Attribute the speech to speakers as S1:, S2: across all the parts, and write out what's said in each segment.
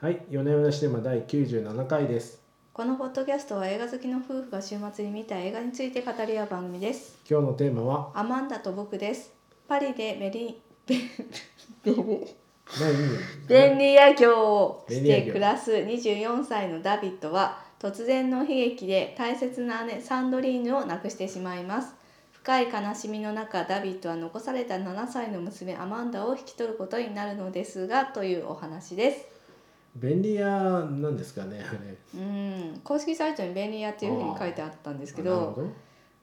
S1: はい、米ネシネマ第97回です。
S2: このポッドキャストは映画好きの夫婦が週末に見た映画について語り合う番組です。
S1: 今日のテーマは
S2: アマンダと僕です。パリでメリ
S1: 何？
S2: 便利屋業をし
S1: 便利屋
S2: て
S1: 業
S2: 暮らす24歳のダビッドは突然の悲劇で大切な姉サンドリーヌを亡くしてしまいます。深い悲しみの中ダビッドは残された7歳の娘アマンダを引き取ることになるのですがというお話です。
S1: 便利屋なんですかねあれ。
S2: うん公式サイトに便利屋っていうふうに書いてあったんですけど。
S1: なるほど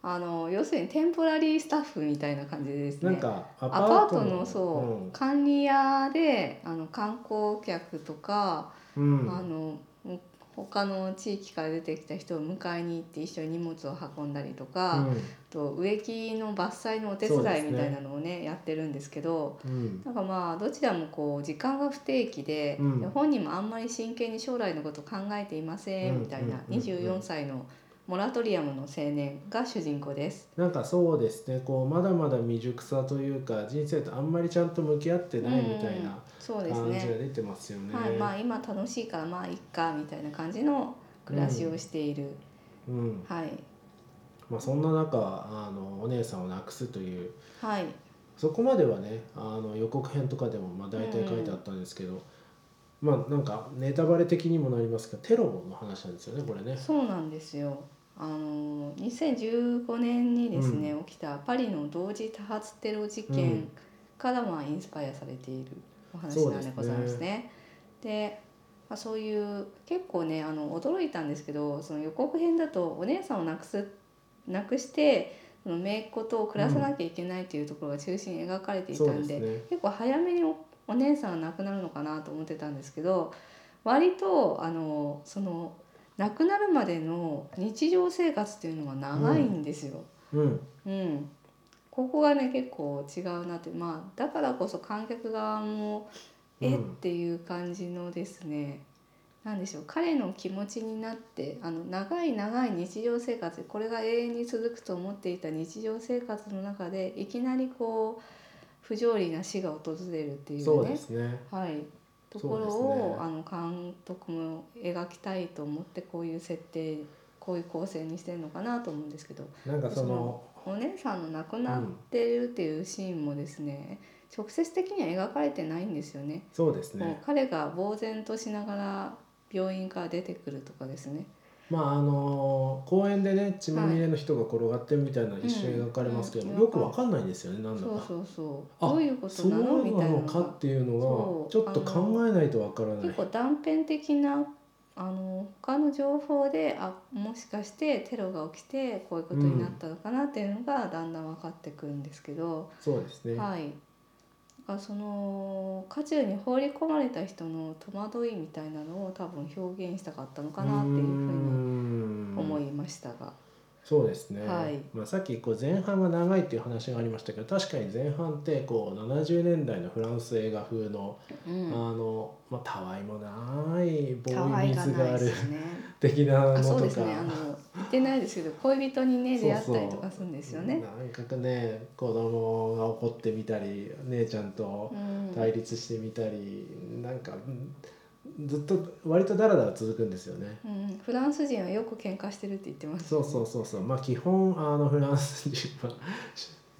S2: あの要するにテンポラリースタッフみたいな感じですね。
S1: なんかア
S2: アパートのそう、
S1: ん
S2: 管理屋であの観光客とか、
S1: うん
S2: あのも他の地域から出てきた人を迎えに行って一緒に荷物を運んだりとか、あと植木の伐採のお手
S1: そうです
S2: 伝
S1: ね
S2: いみたいなのをねやってるんですけど。
S1: うんうん
S2: なんかまあどちらもこう時間が不定期で、
S1: うん
S2: で本人もあんまり真剣に将来のこと考えていませ
S1: うんん
S2: みたいな
S1: うんうん
S2: 24歳のモラトリアムの青年が主人公です。
S1: なんかそうですねこうまだまだ未熟さというか人生とあんまりちゃんと向き合ってないみたい
S2: うん
S1: な
S2: そうです
S1: 感じが
S2: ね
S1: 出てますよね。
S2: はいまあ今楽しいからまあいっかみたいな感じの暮らしをしている、
S1: うん。
S2: はい
S1: まあそんな中あのお姉さんをなくすという
S2: はい
S1: そこまではねあの予告編とかでもまあ大体書いてあったんですけど、まあなんかネタバレ的にもなりますがテロの話なんですよねこれね。
S2: そうなんですよあの2015年にですね、起きたパリの同時多発テロ事
S1: う
S2: 件
S1: ん
S2: からまあインスパイアされているお話
S1: そう
S2: な
S1: です
S2: んで
S1: ね
S2: ございますね。でまあ、そういう結構ねあの驚いたんですけどその予告編だとお姉さんをなくすなくしてその姪っ子と暮らさなきゃいけないというところが中心に描かれていた
S1: そうんで
S2: で、
S1: すね。
S2: 結構早めにおお姉さんは亡くなるのかなと思ってたんですけど割とあのその亡くなるまでの日常生活っていうのが長いんですよ。
S1: うん。
S2: うん、ここがね結構違うなってまあだからこそ観客側も
S1: う
S2: えっ
S1: ん
S2: ていう感じのですね、なんでしょう彼の気持ちになってあの長い長い日常生活これが永遠に続くと思っていた日常生活の中でいきなりこう不条理な死が訪れるってい
S1: そうう
S2: ね
S1: ですね。
S2: はい、ところを、あの監督も描きたいと思ってこういう設定こういう構成にしてるのかなと思うんですけど
S1: なんかそ
S2: そ
S1: の
S2: のお姉さんの亡くなってるっていうシーンもですね、直接的には描かれてないんですよね。
S1: そうです
S2: もう
S1: ね。
S2: 彼が呆然としながら病院から出てくるとかですね。
S1: まああの公園でね血まみれの人が転がってるみたいなの一瞬描かれますけど、
S2: うん
S1: よくわかんないんですよねなんだ
S2: そう
S1: か。
S2: そうそう。
S1: あ
S2: どういうことなのみ
S1: そう
S2: た
S1: ない
S2: な
S1: の
S2: の
S1: か
S2: が
S1: っていうの
S2: そ
S1: が
S2: う
S1: ちょっと考えないとわからない。
S2: 結構断片的なあの他の情報であもしかしてテロが起きてこういうことになったのかなっていうのがだんだん分かってくるんですけど、
S1: そうですね。
S2: はい。だからその渦中に放り込まれた人の戸惑いみたいなのを多分表現したかったのかなっていうふうに
S1: に
S2: 思いましたが、
S1: そうですね、
S2: はい
S1: まあ、さっきこう前半が長いっていう話がありましたけど確かに前半ってこう70年代のフランス映画風の、
S2: うん
S1: あ、のまあ、たわいもない棒
S2: たわ
S1: に
S2: いが
S1: 水があ
S2: ないで
S1: る
S2: すね。
S1: 的なの
S2: あ、そう
S1: と
S2: です
S1: か。
S2: ね。あの言ってないですけど、恋人にね
S1: そう
S2: 出
S1: そう
S2: 会ったりとかするんですよね。
S1: なんかね子供が怒ってみたり姉ちゃんと
S2: うん、
S1: 対立してみたり、なんかうんずっと割とダラダラ続くんですよね。
S2: うん、フランス人はよく喧嘩してるって言ってます。
S1: そうそうそうそうまあ基本あのフランス人は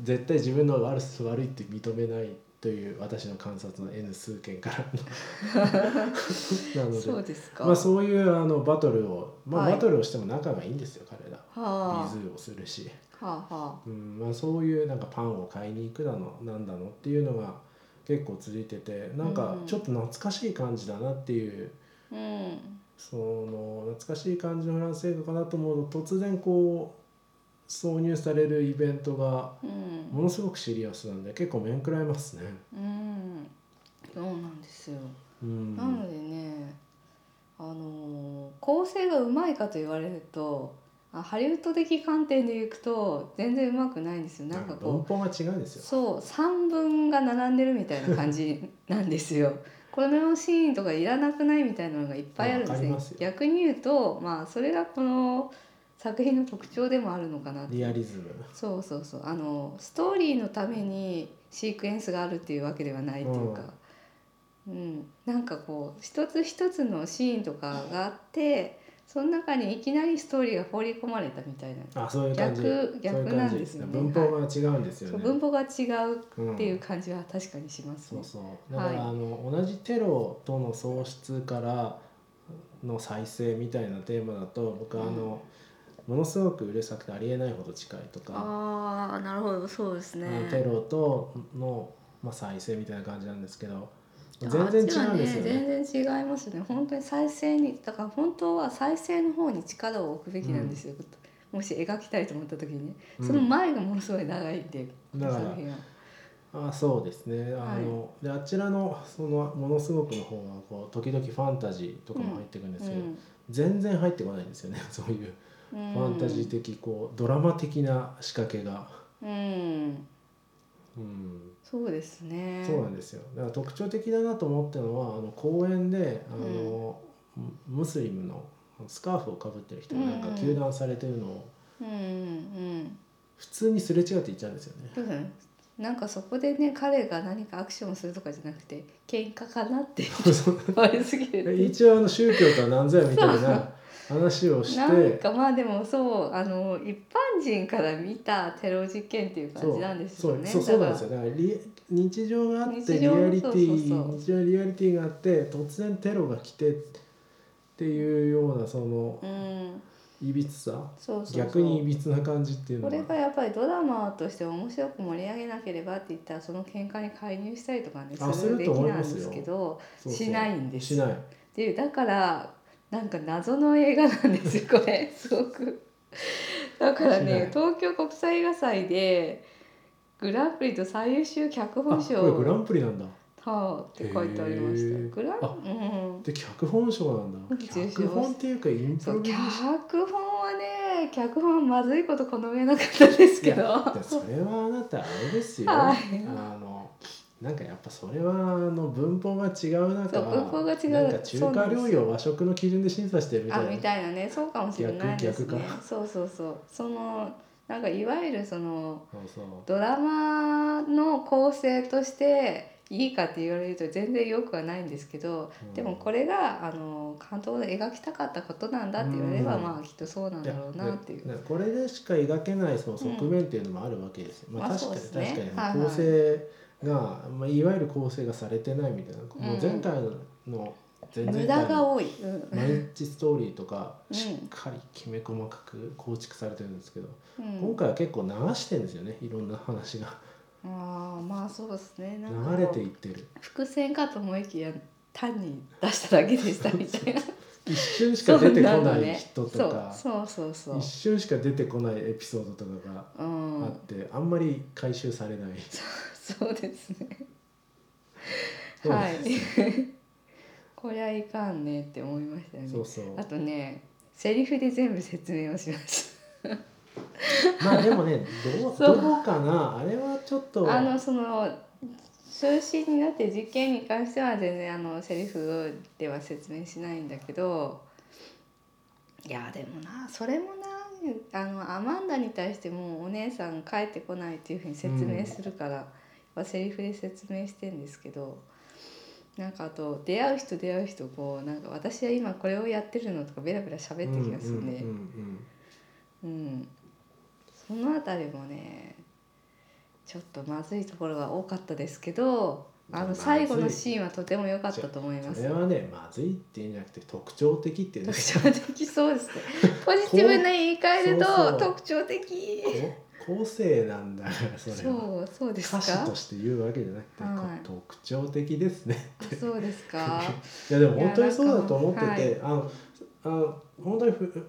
S1: 絶対自分の悪す悪いって認めないという私の観察の N 数件からのなので
S2: そうですか。
S1: まあ、そういうあのバトルを、まあ
S2: はい
S1: バトルをしても仲がいいんですよ彼ら。
S2: はあ、
S1: ビズをするし、
S2: はあ、は
S1: うんまあ、そういうなんかパンを買いに行くだのなんだのっていうのが結構続いててなんか
S2: うん
S1: ちょっと懐かしい感じだなっていう。
S2: あ、うん、
S1: その懐かしい感じのフランス映画かなと思うと突然こう挿入されるイベントが
S2: うん、
S1: ものすごくシリアスなんで結構面食らいますね。
S2: うん、そうなんですよ。
S1: うん、
S2: なのでね、あのー構成がうまいかと言われると、あハリウッド的観点でいくと全然うまくないんですよ。なんかこう
S1: 文。法が違うんですよ。
S2: そう3文が並んでるみたいな感 じなんですよ。このシーンとかいらなくないみたいなのがいっぱいあるんで
S1: わ
S2: す
S1: かり
S2: ね
S1: ますよ
S2: 逆に言うとまあそれがこの作品の特徴でもあるのかなって
S1: リアリズム。
S2: そうそうそうあのストーリーのためにシークエンスがあるっていうわけではないっていうか、ううん、なんかこう一つ一つのシーンとかがあってその中にいきなりストーリーが放り込まれたみたいな、
S1: あそういう感じ
S2: 逆逆
S1: そういう感
S2: な
S1: じ
S2: んですよね
S1: 文法が違うんですよ
S2: そ
S1: ね
S2: う、文法が違う
S1: 法
S2: っていう感じは確かにします
S1: そ
S2: ね
S1: う。そうだから、
S2: はい
S1: あの同じテロとの喪失からの再生みたいなテーマだと僕はあの、ものすごくうるさくてありえないほど近いとか、
S2: ああなるほどそうです
S1: あ
S2: ね
S1: のテロとの、まあ、再生みたいな感じなんですけど全
S2: あ
S1: 然違うんです
S2: あっ
S1: よ
S2: ちは
S1: ね。
S2: 全然違いますよね本当に再生にだから本当は再生の方に力を置くべきなんですよ、もし描きたいと思った時にね、
S1: うん
S2: その前がものすごい長いんで
S1: だから
S2: 作品は
S1: あそうですねあの、であちらのそのものすごくの方はこう時々ファンタジーとかも入ってくるんですけど、全然入ってこないんですよねそういう
S2: うんうん
S1: ファンタジー的こうドラマ的な仕掛けが。
S2: うん
S1: うん
S2: そうですね
S1: そうなんですよだから特徴的だなと思ったのはあの公園であの、ムスリムのスカーフをかぶってる人がなんか
S2: うん
S1: 糾弾されてるのを
S2: うんうん
S1: 普通にすれ違っていっちゃうんですよ ね。
S2: 多分なんかそこでね彼が何かアクションするとかじゃなくて喧嘩かなってありすぎるっていう
S1: 一応あの宗教とは何ぞやみたいな話をし
S2: なん
S1: て
S2: かまあでもそうあの一般人から見たテロ事件っていう感じなんです
S1: そ
S2: よ
S1: う
S2: ね。
S1: そうそうなんです
S2: だ
S1: よ
S2: か
S1: だからリ日常があって
S2: 日
S1: リ
S2: 常
S1: アリティ
S2: そうそうそう
S1: 日常リアリティがあって突然テロが来てっていうようなその
S2: らうん、
S1: いびつさ
S2: そうそうそう
S1: 逆にいびつな感じっていうの
S2: これがやっぱりドラマとして面白く盛り上げなければって言ったらその喧嘩に介入したりとかね
S1: あ
S2: それ
S1: す
S2: で
S1: る
S2: き
S1: と思い
S2: ないん
S1: ま
S2: です
S1: よ
S2: すけど
S1: そうそう
S2: しないんです
S1: しない
S2: でだからなんか謎の映画なんですよ これすごく。だから
S1: しな
S2: ね
S1: い
S2: 東京国際映画祭でグランプリと最優秀脚本賞
S1: あこれグラ
S2: を
S1: ンプリなんだ
S2: はあって書いてありまし
S1: へ
S2: た。
S1: ー
S2: グラン
S1: あ
S2: うん
S1: で脚本賞なんだ
S2: うん
S1: 脚本っていうかインプ
S2: そ
S1: ロ
S2: う
S1: ビ
S2: 脚
S1: ゼーション
S2: 本はね脚本はまずいことこの上なかったですけど
S1: いやそれはあなたあれですよ、
S2: はい
S1: あのなんかやっぱそれはあの文法が違う中
S2: そう文法が違う
S1: なんか中華料理を和食の基準で審査してるみた
S2: あ
S1: いな
S2: みたいなねそうかもしれないです
S1: 逆
S2: ね
S1: 逆か
S2: そうそうそうそのなんかいわゆるその
S1: そうそう
S2: ドラマの構成としていいかって言われると全然よくはないんですけど
S1: うん
S2: でもこれがあの監督が描きたかったことなんだって言われれば
S1: うん
S2: まあきっとそうなんだろうなっていう
S1: やでこれでしか描けないその側面っていうのもあるわけですよ、まあ
S2: まあ
S1: 確かに、
S2: そうですね
S1: 確か
S2: は
S1: に
S2: いはい
S1: 構成が、まあ、いわゆる構成がされてないみたいな、もう前回の前々回の
S2: 無駄が多い。うん
S1: マリッジストーリーとか
S2: うん
S1: しっかりきめ細かく構築されてるんですけど、
S2: うん
S1: 今回は結構流してるんですよねいろんな話が
S2: ああまあそうですねなんか
S1: 流れていってる
S2: 伏線かと思いきや単に出しただけでしたみたいな
S1: 一瞬し
S2: そ
S1: か
S2: う
S1: 出てこ
S2: なの
S1: ない
S2: ね
S1: 人とか、
S2: そうそうそう
S1: 一
S2: そ
S1: 瞬しか出てこないエピソードとかが
S2: う、うん
S1: あっ、て、あんまり回収されない
S2: そうですね
S1: そう
S2: はい
S1: です
S2: こりゃいかんねって思いましたよ ね
S1: そうそう
S2: あとねセリフで全部説明をしまし
S1: まあでもねどう
S2: そう、
S1: どうかなあれはちょったと
S2: あのその中心になって事件に関しては全然あのセリフでは説明しないんだけどいやでもなそれもなあのアマンダに対してもうお姉さん帰ってこないっていうふうに説明するから、やっぱセリフで説明してんですけどなんかあと出会う人出会う人こうなんか私は今これをやってるのとかベラベラ喋ってきますよね。
S1: うんうんうん
S2: うん、そのあたりもねちょっとまずいところが多かったですけどあ
S1: ま
S2: の
S1: ずい
S2: 最後のシーンはとても良かったと思い
S1: うん
S2: ま
S1: そ
S2: す
S1: れ。はねまずいっていうんじゃなくて特徴的っていうんで
S2: 特
S1: す
S2: 徴的そう ですね。ポジティブな言い換える
S1: そうそ
S2: と
S1: う
S2: 特徴的。
S1: こ構成なんだからそれは。
S2: そうそうですか。
S1: 歌詞として言うわけじゃなくて、
S2: はい
S1: こう特徴的ですねって
S2: あそうですか。
S1: いやでも本当にそうだと思ってて、
S2: いや
S1: あのあの本当にふ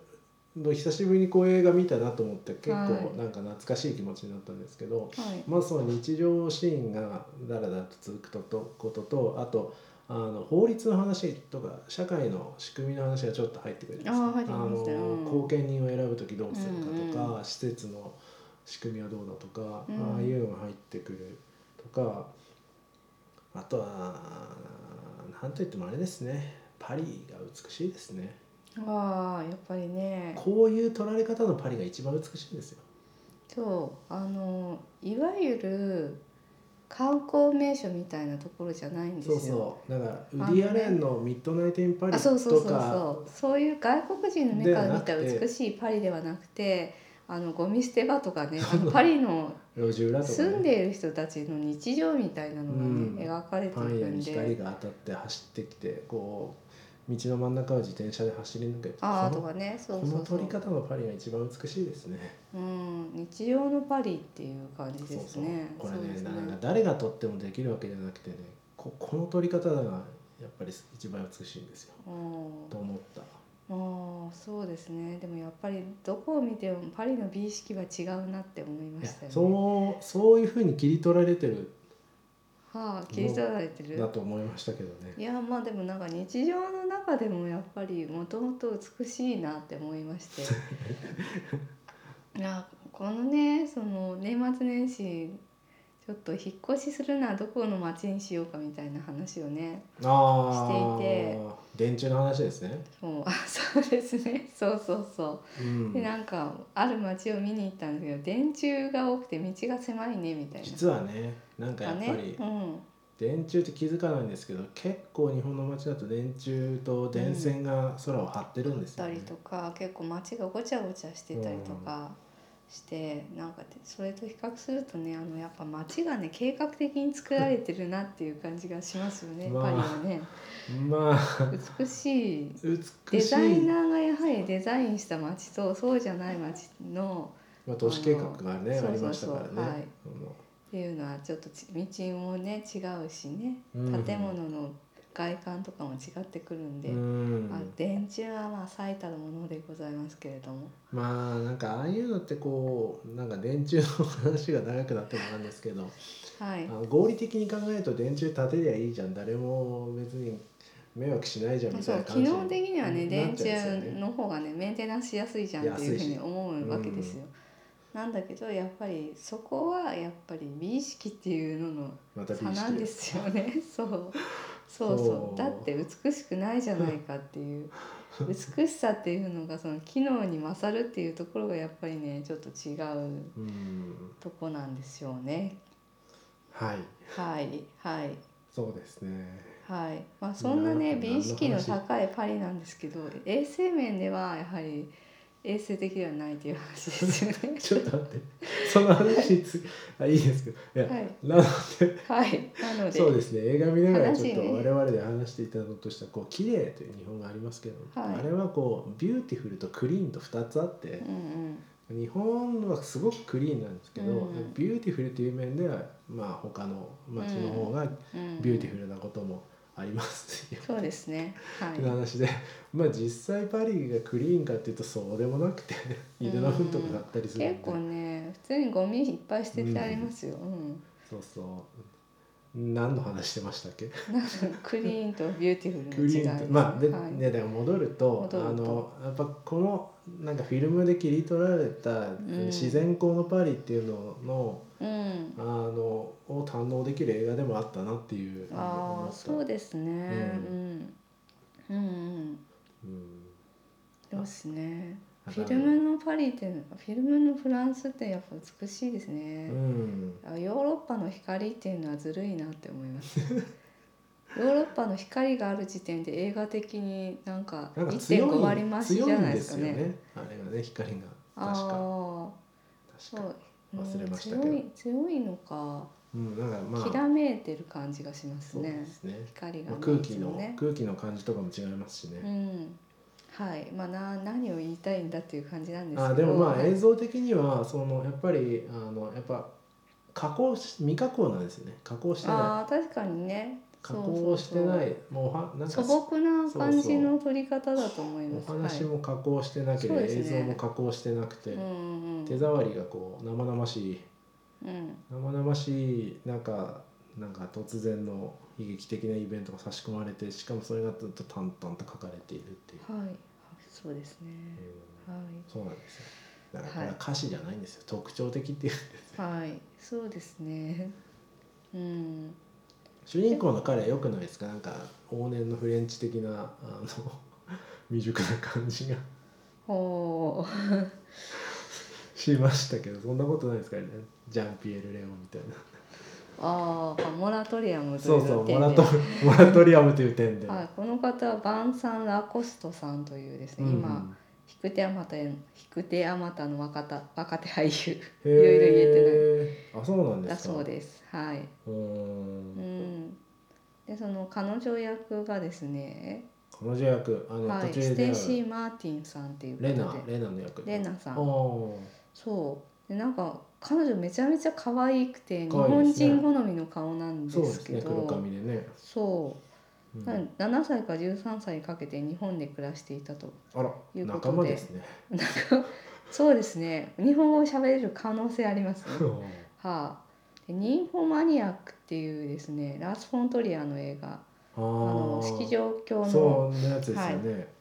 S1: の久しぶりにこう映画見たなと思って結
S2: は
S1: 構
S2: い
S1: なんか懐かしい気持ちになったんですけど、
S2: はい。
S1: まあその日常シーンがだらだらと続くととこととあとあの法律の話とか社会の仕組みの話がちょっと入ってくるんです
S2: あー入ってきました
S1: の
S2: うん
S1: 後見人を選ぶ時どうするかとか、
S2: うん
S1: 施設の仕組みはどうだとか、
S2: うん
S1: ああいうのが入ってくるとかあとはなんといってもあれですねパリが美しいですね
S2: ああやっぱりね。
S1: こういう取られ方のパリが一番美しいんですよ。
S2: そうあのいわゆる観光名所みたいなところじゃないんです
S1: そ
S2: よ。
S1: うそうなんかウディ・アレンの「ミッドナイト・イン・パリ」
S2: あ
S1: とか
S2: そうそうそうそうそういう外国人の目
S1: で
S2: か
S1: は
S2: ら見
S1: なく
S2: た
S1: て
S2: 美しいパリではなくてあのゴミ捨て場とか ね
S1: そう
S2: あのパリの
S1: 路地裏とか、ね、
S2: 住んでいる人たちの日常みたいなのがね、
S1: うん
S2: 描かれていく
S1: パン屋
S2: ん
S1: に光
S2: で
S1: が当たって走ってきてこう道の真ん中を自転車で走り抜けて
S2: ああ
S1: ことの
S2: かねそう
S1: こ
S2: そ
S1: の
S2: う
S1: 撮
S2: そう
S1: り、方のパリが一番美しいですね。
S2: うん、日常のパリっていう感じですね
S1: そうそうこれ
S2: で
S1: ね
S2: す
S1: なんか誰が撮ってもできるわけじゃなくてねここの撮り方がやっぱり一番美しいんですよ
S2: うん
S1: と思った。
S2: ああそうですねでもやっぱりどこを見てもパリの美意識は違うなって思いま
S1: いや
S2: したよね。
S1: そうそういう風に切り取られてる
S2: はあ切り取られてる
S1: なと思いましたけどね。
S2: いやまあでもなんか日常の中でもやっぱりもともと美しいなって思いまして いやこのねその年末年始ちょっと引っ越しするならどこの町にしようかみたいな話をね
S1: ああ
S2: してい
S1: 電柱の話ですね。
S2: そうあそうですねそうそうそうう、
S1: ん
S2: でなんかある町を見に行ったんですけど電柱が多くて道が狭いねみたいな
S1: 実はねなんかやっぱり
S2: ね、うん、
S1: 電柱って気づかないんですけど結構日本の街だと電柱と電線が空を張ってるんです
S2: た
S1: よ、ね
S2: りとか結構街がごちゃごちゃしてたりとかして、なんかでそれと比較するとねあのやっぱ街がね計画的に作られてるなっていう感じがしますよね、
S1: まあ
S2: パリはね。
S1: まあ
S2: 美しい
S1: 美
S2: デ
S1: しい
S2: ザイナーがやはり デザインした街とそうじゃない街の
S1: まあ、都市計画がね
S2: あの
S1: ありましたからね。
S2: そうそうそうはい
S1: うん
S2: っていうのはちょっとち道もね違うしね
S1: うん
S2: 建物の外観とかも違ってくるんで、
S1: うん
S2: あ電柱はまあ最たるものでございますけれども。
S1: まあなんかああいうのってこうなんか電柱の話が長くなってもなんですけど
S2: はい
S1: あ、の合理的に考えると電柱立てりゃいいじゃん誰も別に迷惑しないじゃんみ
S2: そ
S1: たいうな
S2: 機
S1: 感じ
S2: 能的にはね電
S1: なっちゃいますよね
S2: 柱の方がねメンテナンスしやすいじゃんっていうふうに思うわけですよ。なんだけどやっぱりそこはやっぱり美意識っていうのの
S1: また美意
S2: 差なん
S1: 識
S2: で
S1: です
S2: すよね。 そうそうそ
S1: そう
S2: うだって美しくないじゃないかっていう美しさっていうのがその機能に勝るっていうところがやっぱりねちょっと違う
S1: うん
S2: とこなんですよね。
S1: はい
S2: はいはい。
S1: そうですね
S2: はい、まあ、そんなね
S1: なんか
S2: 美意識の
S1: 何の話
S2: 高いパリなんですけど衛生面ではやはり衛生的ではないという話ですよ ね。
S1: ちょっと待ってその話つあいいですけどいや、
S2: はい、
S1: なの で
S2: はい、なので
S1: そうですね映画見ながらちょっと
S2: 話ね
S1: 我々で話していただこうとしたこう綺麗という日本がありますけど、
S2: はい
S1: あれはこうビューティフルとクリーンと2つあって
S2: うん、うん、
S1: 日本はすごくクリーンなんですけど、
S2: うんうん
S1: ビューティフルという面ではまあ他の街の方が
S2: うん、
S1: ビューティフルなこともありますっていう
S2: そうですね。はい
S1: って。話で、まあ実際パリがクリーンかっていうとそうでもなくて 犬の糞とかだったりするんで
S2: 結構ね普通にゴミいっぱい捨ててありますよ。うん。
S1: そうそう何の話してましたっけ
S2: なんかクリーンとビューティフルの
S1: クリ
S2: 違い
S1: ーン
S2: です
S1: と
S2: ね
S1: まあで、
S2: はい
S1: ねだから戻ると
S2: 戻ると
S1: あのやっぱこのなんかフィルムで切り取られた
S2: ん
S1: 自然光のパリっていうのの,、
S2: うん。
S1: あのを堪能できる映画でもあったなっていう
S2: ああそう
S1: で
S2: ですね。うん。う
S1: う
S2: んうん。
S1: ん、
S2: そうですね。
S1: あ
S2: フィルムのパリってフィルムのフランスってやっぱ美しいです
S1: う
S2: ね。
S1: ん、
S2: あヨーロッパの光っていうのはずるいなって思います。ヨーロッパの光がある時点で映画的になんか
S1: なんか強
S2: 1.5割増
S1: い
S2: し
S1: 強
S2: じ
S1: い
S2: ゃ
S1: ん
S2: ない
S1: で
S2: です
S1: す
S2: か
S1: よね
S2: ね。
S1: あれがね光が
S2: ああ
S1: 確か
S2: そ
S1: 確か
S2: う、うん
S1: 忘れましたけど
S2: 強い強いのか、
S1: うんなんかまあ
S2: きらめいてる感じがします
S1: そうで
S2: ね。
S1: すね
S2: 光
S1: ま
S2: がね
S1: あ、空気
S2: いつ
S1: の、
S2: もね。
S1: 空気の感じとかも違いますしね、
S2: うん。はい、まあな何を言いたいんだっていう感じなんですけど。
S1: あでもまあ
S2: はい
S1: 映像的にはそのやっぱりあのやっぱ加工し未加工なんですよね加工してない
S2: ああ確かにね
S1: 加工してない
S2: そう
S1: もうはなん
S2: そう
S1: か
S2: 素朴な感じの撮り方だと思います
S1: お話も加工してなければ、
S2: そうですね
S1: 映像も加工してなくて、
S2: はい、うんうんうん
S1: 手触りがこう生々しい
S2: うん
S1: 生々しいなんかなんか突然の悲劇的なイベントが差し込まれてしかもそれがずっと淡々と書かれているっていう、
S2: はいそうですね
S1: うん
S2: はい
S1: そうなんですよだからこれは歌詞じゃないんですよ、特徴的っていう
S2: はいそうですねうん
S1: 主人公の彼は良くないですかなんか往年のフレンチ的なあの 未熟な感じが
S2: ほう
S1: しましたけどそんなことないですからねジャンピエール・レオンみたいな
S2: ああモラトリアムとい
S1: そうそう
S2: 点で
S1: モラトモラトリアムという点で、
S2: はい、この方はバンサン・ラコストさんというです
S1: う
S2: ね、
S1: ん
S2: 今引く手あまた引く手あまたの若た若手俳優
S1: へ
S2: いろいろ言
S1: えあそうなんで
S2: だ
S1: すか
S2: そうですはい、
S1: うーん
S2: うん、でその彼女役がですね、
S1: この女役あの、
S2: はい、
S1: 途中
S2: ステ
S1: で
S2: イシー・マーティンさんっていうこと
S1: レ
S2: で
S1: ナレナの役
S2: レナさん
S1: お
S2: そうでなんか彼女めちゃめちゃ可愛くて日
S1: 可愛い
S2: 本
S1: ですね
S2: 人好みの顔なんで
S1: そうですす
S2: け
S1: ね黒
S2: ど
S1: 髪でね、
S2: そう
S1: うん
S2: な7歳から13歳にかけて日本で暮らしていたと
S1: あら
S2: いうことで
S1: 仲間ですね。
S2: なんかそうですね日本語を喋れる可能性ありますね
S1: おー
S2: はあでニンフォマニアックっていうですねラース・フォントリアーの映画
S1: あ
S2: あの
S1: ー
S2: 式場教の
S1: そうなやつですよね、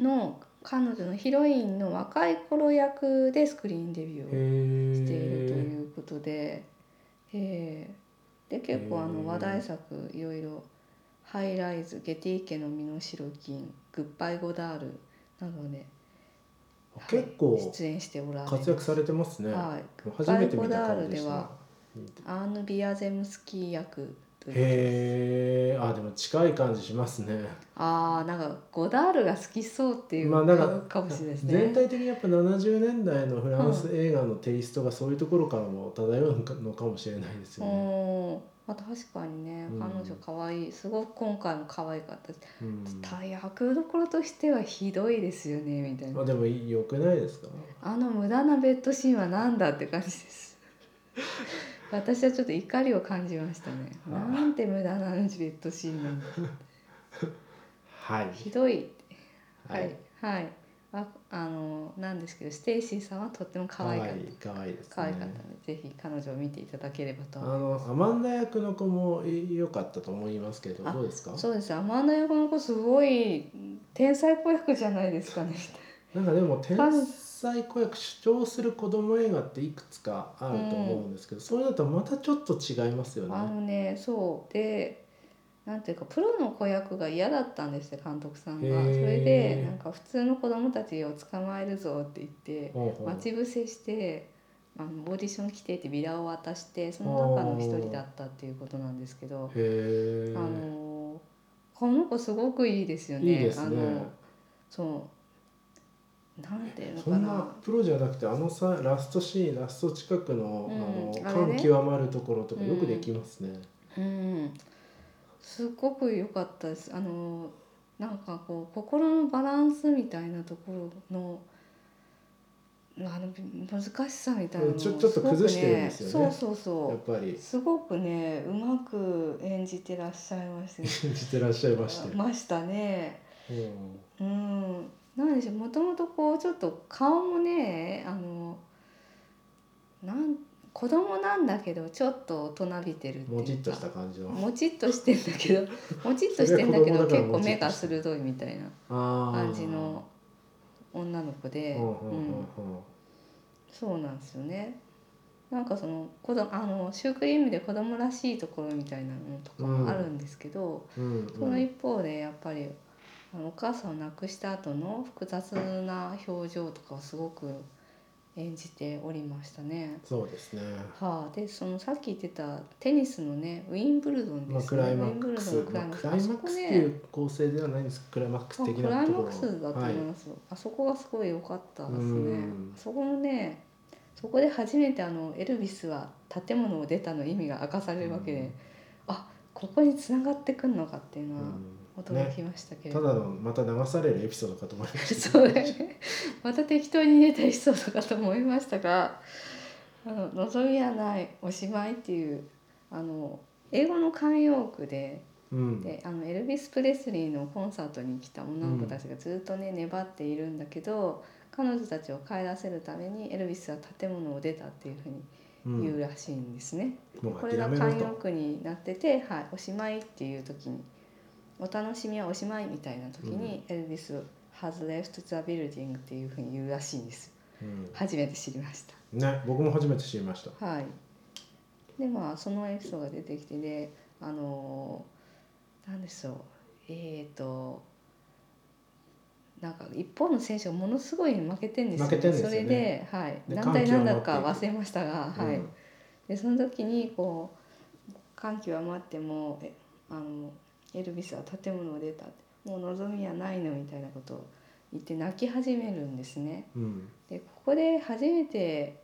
S2: の彼女のヒロインの若い頃役でスクリーンデビューを
S1: へえ
S2: しているということで、えーで結構あ
S1: へー
S2: の話題作いろいろ「ハイライズ」「ゲティ家の身の白金」「グッバイ・ゴダール」などで、はい
S1: 結構
S2: 出演しておられます
S1: 活躍されてますね、
S2: はい、
S1: 初めて見た感じでし
S2: バイコダールでは
S1: た
S2: アーヌ・ビアゼムスキー役という
S1: へえあでも近い感じしますね
S2: あーなんかゴダールが好きそうっていう
S1: まあなんか
S2: かもしれないですね。
S1: 全体的にやっぱ70年代のフランス映画のテイストがそういうところからも漂うのかもしれないですよね。
S2: おまあ、確かにね
S1: うん
S2: 彼女可愛いすごく今回も可愛かったです、
S1: うん
S2: 大役どころとしてはひどいですよねみたい
S1: まあ
S2: な
S1: でも良くないですか
S2: あの無駄なベッドシーンはなんだって感じです 私はちょっと怒りを感じましたね
S1: あー
S2: なんて無駄なベッドシーンなんだ
S1: はい
S2: ひどい
S1: は
S2: はいいはいああのなんですけどステイシーさんはとっても可愛かった
S1: 可愛いですね
S2: 可愛かったので、ぜひ彼女を見ていただければと
S1: あ
S2: 思います
S1: のアマンダ役の子も良かったと思いますけど
S2: あ
S1: どうですか
S2: そうですアマンダ役の子すごい天才子役じゃないですかね
S1: なんかでも天才子役主張する子供映画っていくつかあると思うんですけど、そういうのとまたちょっと違いますよ
S2: あ
S1: ね。
S2: のねそうでなんていうかプロの子役が嫌だったんですって監督さん
S1: へ
S2: がそ
S1: ー
S2: れでなんか普通の子供たちを捕まえるぞって言って
S1: ほうほう
S2: 待ち伏せしてあのオーディション来てってビラを渡してその中の一人だったっていうことなんですけど
S1: へー
S2: あのこの子すごくいいですよね。
S1: いいです
S2: あ
S1: ね。
S2: のそうなんていうの
S1: そ
S2: か
S1: ん
S2: な
S1: なプロじゃなくてあのさラストシーンラスト近くの,、
S2: うん
S1: あ
S2: あ
S1: の
S2: れ
S1: 感
S2: ね
S1: 極まるところとかよくできますね。
S2: うん、すっごく良かったです。あのなんかこう心のバランスみたいなところのあの難しさみたいなの
S1: ちょちょっと
S2: すごく
S1: 崩してるんですよね
S2: そうそう
S1: やっぱ
S2: そう。
S1: り
S2: すごくねうまく演じてらっしゃいましたね
S1: 信じてらっしゃいました。
S2: ましたね。
S1: うん
S2: うん。なんでしょう。もともとこうちょっと顔もねあのなん子供なんだけどちょっと大人びてるっていうか。
S1: もじっとした感じの。
S2: もちっとしてんだけど もちっとしてんだけ
S1: それ
S2: ど
S1: は子供だ
S2: 結構
S1: から
S2: 目が
S1: もちっとして
S2: 鋭いみたいな
S1: 感
S2: 感じの。女の子
S1: う
S2: で、
S1: んうんうん
S2: うんそうなんですよねなんかその子供あのシュークリームで子供らしいところみたいなのとかもあるんですけど、
S1: うんうん
S2: その一方でやっぱりあのお母さんを亡くした後の複雑な表情とかをすごく演じておりましたね。
S1: そうですね。
S2: はあ、でそのさっき言ってたテニスのねウィンブルドン
S1: ま
S2: で
S1: あ、
S2: す
S1: ク
S2: ね、
S1: ライ
S2: ウ
S1: マ
S2: ィンブ
S1: ッ
S2: ル
S1: ク
S2: ド
S1: ス、
S2: ンのク
S1: まあ、
S2: ライマック
S1: ク
S2: ス
S1: ライマックスっていう構成ではないんですけどクライマックス
S2: まあ
S1: 的
S2: ク
S1: な
S2: ライ
S1: と
S2: マ
S1: こ
S2: ッ
S1: ろ
S2: クスだと思
S1: はいい、
S2: ますよ、あそこがすごい良かったです
S1: う
S2: ね
S1: ん
S2: あそこのねそこで初めてあのエルビスは建物を出たの意味が明かされるわけで、
S1: うん
S2: あここに繋がってくるのかっていうのは
S1: うん
S2: 驚
S1: ね、
S2: きましたけれ
S1: た
S2: ど、
S1: だのまた流されるエピソードかと思いました。
S2: そうだよねまた適当に出たエピソードかと思いましたが「あの望みはないおしまい」っていうあの英語の慣用句で
S1: うん、
S2: であのエルビス・プレスリーのコンサートに来た女の子たちがずっとね、粘っているんだけど彼女たちを帰らせるためにエルビスは建物を出たっていうふうに
S1: うん
S2: 言うらしいんですね。
S1: もう
S2: これが
S1: 諦めろ
S2: 慣用
S1: と。
S2: 句になってて、はい、おしまいっていう時に「お楽しみはおしまい」みたいな時に、エルビス「has left the building」っていうふうに言うらしいんです。
S1: うん
S2: 初めて知りました。
S1: ね、僕も初めて知りました。
S2: はい、でまあそのエピソードが出てきてであのーなんでしょうえっ、となんか一方の選手がものすごい負けてんですよ
S1: 負けてんですよ
S2: そ
S1: ね
S2: れで、はい、
S1: で
S2: 何対何だか
S1: 歓喜を持ってい
S2: 忘れましたが、はい
S1: うん
S2: でその時にこう歓喜は待ってもえあのエルビスは建物を出たってもう望みはないのみたいなことを言って泣き始めるんですね。
S1: うん
S2: でここで初めて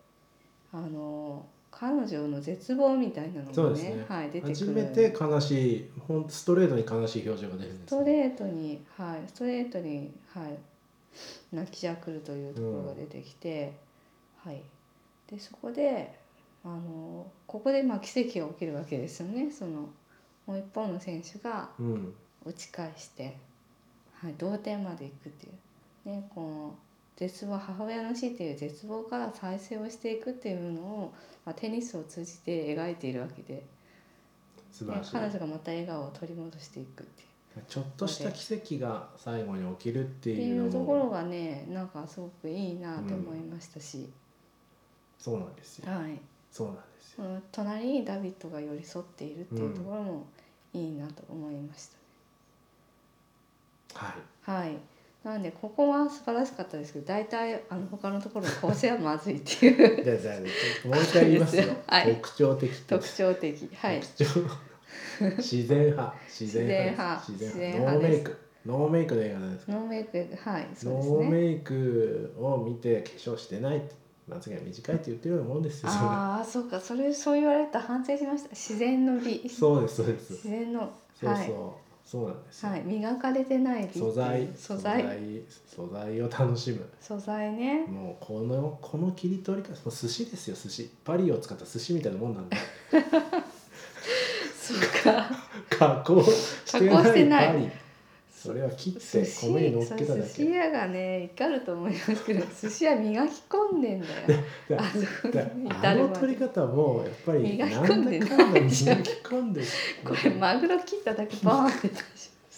S2: あの彼女の絶望みたいなの
S1: そう
S2: が
S1: です
S2: ね
S1: ね
S2: はい、出てくる
S1: 初めて悲しいほんストレートに悲しい表情が出るん
S2: ス
S1: です
S2: ト
S1: ね、
S2: レートに、はい、ストレートに、はい、泣きじゃくるというところが出てきて、はい、でそこであのここでまあ奇跡が起きるわけですよねそのもう一方の選手が
S1: うん
S2: 打ち返して、はい、同点まで行くっていう、ね、この絶望母親の死っていう絶望から再生をしていくっていうのを、まあ、テニスを通じて描いているわけで、ね
S1: 素晴らしい
S2: 彼女がまた笑顔を取り戻していくっていう。
S1: ちょっとした奇跡が最後に起きるって
S2: って
S1: い
S2: いうう
S1: の
S2: ところ
S1: も
S2: がねなんかすごくいいなと思いましたし、
S1: そうなんですよ
S2: はい、
S1: そうなんですよ
S2: その隣にダビッドが寄り添っているっていうところもいいなと思いまし
S1: はい
S2: た、はいなのでここは素晴らしかったですけど大体あの他のところの構成はまずいっていう
S1: じゃあじゃあもう一回言いますよ
S2: はい
S1: 特徴的って
S2: 特徴的はい
S1: 特徴自然派自然派です
S2: 自
S1: 自
S2: 然
S1: 然
S2: 派
S1: 派ノーメイクノー
S2: 自然派
S1: メイクの映画なんです
S2: ノーメイクではいそうです
S1: ノー
S2: ね
S1: メイクを見て化粧してないってまつげが短いって言ってるようなもんですよ
S2: ああそうかそれそう言われたら反省しました自然の美
S1: そうですそうです
S2: 自然の
S1: そう
S2: はい
S1: そうそうなんですよ、
S2: はい、磨かれてない美っていう
S1: 素材
S2: 素材
S1: 素材を楽しむ
S2: 素材ね
S1: もうこのこの切り取り方もう寿司ですよ寿司パリを使った寿司みたいなもんなんで
S2: そうか
S1: 加工して
S2: 加工して
S1: な
S2: ない
S1: いパリそれは切って米に乗っけただ
S2: 寿司
S1: け
S2: 屋がね怒ると思いますけど寿司屋磨き込んでんだよ
S1: だ
S2: あそこ
S1: だ
S2: に
S1: あ
S2: 至る
S1: の
S2: ま
S1: 取
S2: で
S1: り方もやっぱり
S2: 磨
S1: なん
S2: き
S1: だか
S2: 込ん
S1: んだ
S2: で
S1: 磨
S2: ない
S1: き
S2: じゃん
S1: 込んで
S2: これマグロ切っただけバーンって出し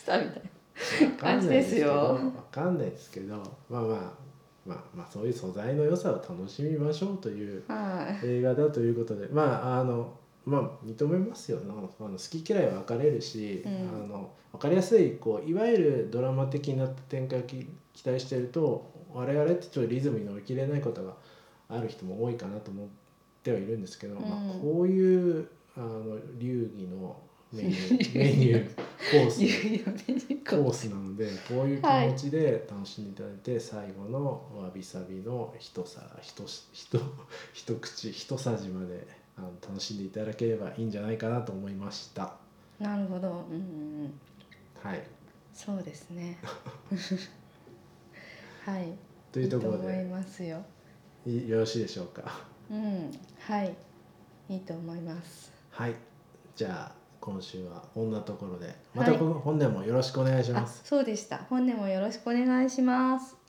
S2: たみたい
S1: わかんないけど
S2: 感
S1: わ
S2: じですよ
S1: かんないですけどまあまあまあまあそういう素材の良さを楽しみましょうという
S2: なはい
S1: 映画だということでまああのまあ認めますよあの好き嫌いは分かれるし、
S2: うん
S1: あの分かりやすいこういわゆるドラマ的な展開をき期待してると我々ってちょっとリズムに乗り切れないことがある人も多いかなと思ってはいるんですけど、まあ
S2: うん、
S1: こういうあの流儀のメニュ ーメニューコース
S2: 指を見に
S1: コ
S2: 行こ
S1: ースなのでこういう気持ちで楽しんでいただいて、最後のわびさびの一皿一し一一口一さじまであの楽しんでいただければいいんじゃないかなと思いました
S2: うなるほどうんうんうん
S1: はい
S2: そうですね はい
S1: というところ
S2: いいと思い
S1: で
S2: ますよ
S1: いよろしいでしょうか
S2: うんはいいいと思います
S1: はいじゃあ今週はこんなところでまたこの本年もよろしくお願いし
S2: あ
S1: ます、
S2: そうでした本年もよろしくお願いします